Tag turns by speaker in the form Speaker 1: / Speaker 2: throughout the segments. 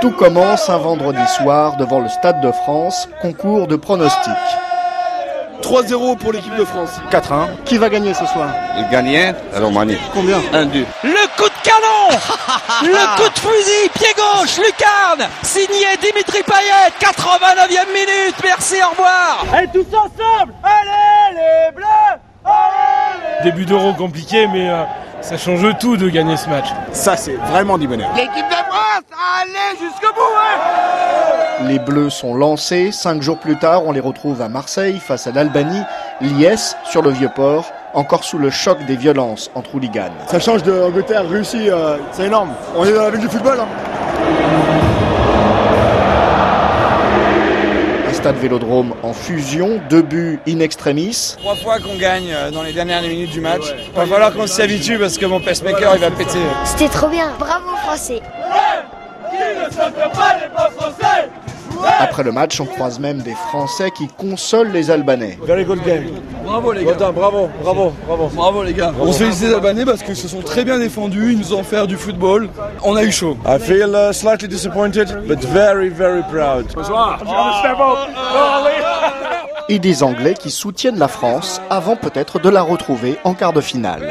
Speaker 1: Tout commence un vendredi soir devant le Stade de France, concours de pronostics.
Speaker 2: 3-0 pour l'équipe de France.
Speaker 1: 4-1. Qui va gagner ce soir
Speaker 3: Le gagnant, la Roumanie.
Speaker 1: Combien
Speaker 3: Un, deux.
Speaker 4: Le coup de canon Le coup de fusil, pied gauche, lucarne Signé Dimitri Payet, 89e minute, merci, au revoir
Speaker 5: Allez tous ensemble Allez les bleus Allez
Speaker 6: Début d'euro compliqué, mais euh, ça change tout de gagner ce match.
Speaker 2: Ça, c'est vraiment du bonheur.
Speaker 7: L'équipe de France, allez jusqu'au bout hein
Speaker 1: Les Bleus sont lancés. Cinq jours plus tard, on les retrouve à Marseille face à l'Albanie. Liesse sur le Vieux-Port, encore sous le choc des violences entre hooligans.
Speaker 8: Ça change de Angleterre, Russie, euh, c'est énorme. On est avec du football. hein.
Speaker 1: Un stade Vélodrome en fusion, deux buts in extremis.
Speaker 9: Trois fois qu'on gagne euh, dans les dernières minutes du match. Va falloir qu'on s'y habitue parce que mon pacemaker il va péter.
Speaker 10: C'était trop bien. Bravo Français.
Speaker 5: Qui ne se pas n'est pas français
Speaker 1: Après le match, on croise même des Français qui consolent les Albanais.
Speaker 9: Very good game. Bravo les gars. bravo, bravo, bravo. Bravo les gars. On se félicite des Albanais parce qu'ils se sont très bien défendus, ils nous ont fait du football. On a eu chaud. I feel uh, slightly disappointed, but very, very proud.
Speaker 1: Et des Anglais qui soutiennent la France avant peut-être de la retrouver en quart de finale.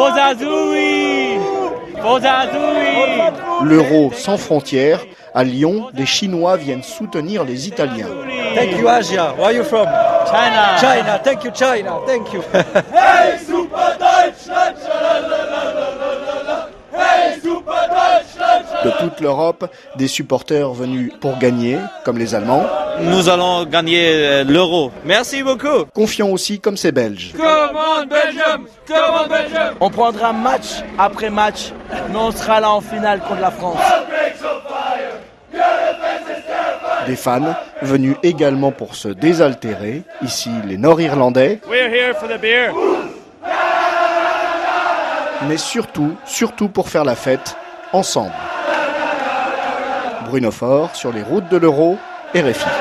Speaker 5: Bozazoui Bozazoui
Speaker 1: L'euro sans frontières. À Lyon, des Chinois viennent soutenir les Italiens.
Speaker 4: Thank you Asia, where are you from China. China, thank you China, thank you.
Speaker 5: Hey Super Deutsch la, la, la, la, la, la, la, la. Hey Super Deutsch la, la,
Speaker 1: De toute l'Europe, des supporters venus pour gagner, comme les Allemands,
Speaker 4: Nous allons gagner euh, l'euro. Merci beaucoup.
Speaker 1: confiants aussi comme ces Belges.
Speaker 5: Commande Belgium Commande Belgium
Speaker 4: On prendra match après match, mais on sera là en finale contre la France.
Speaker 1: Des fans venus également pour se désaltérer, ici les Nord-Irlandais,
Speaker 5: We're here for the beer
Speaker 1: mais surtout, surtout pour faire la fête ensemble. Bruno Fort sur les routes de l'euro, RFI.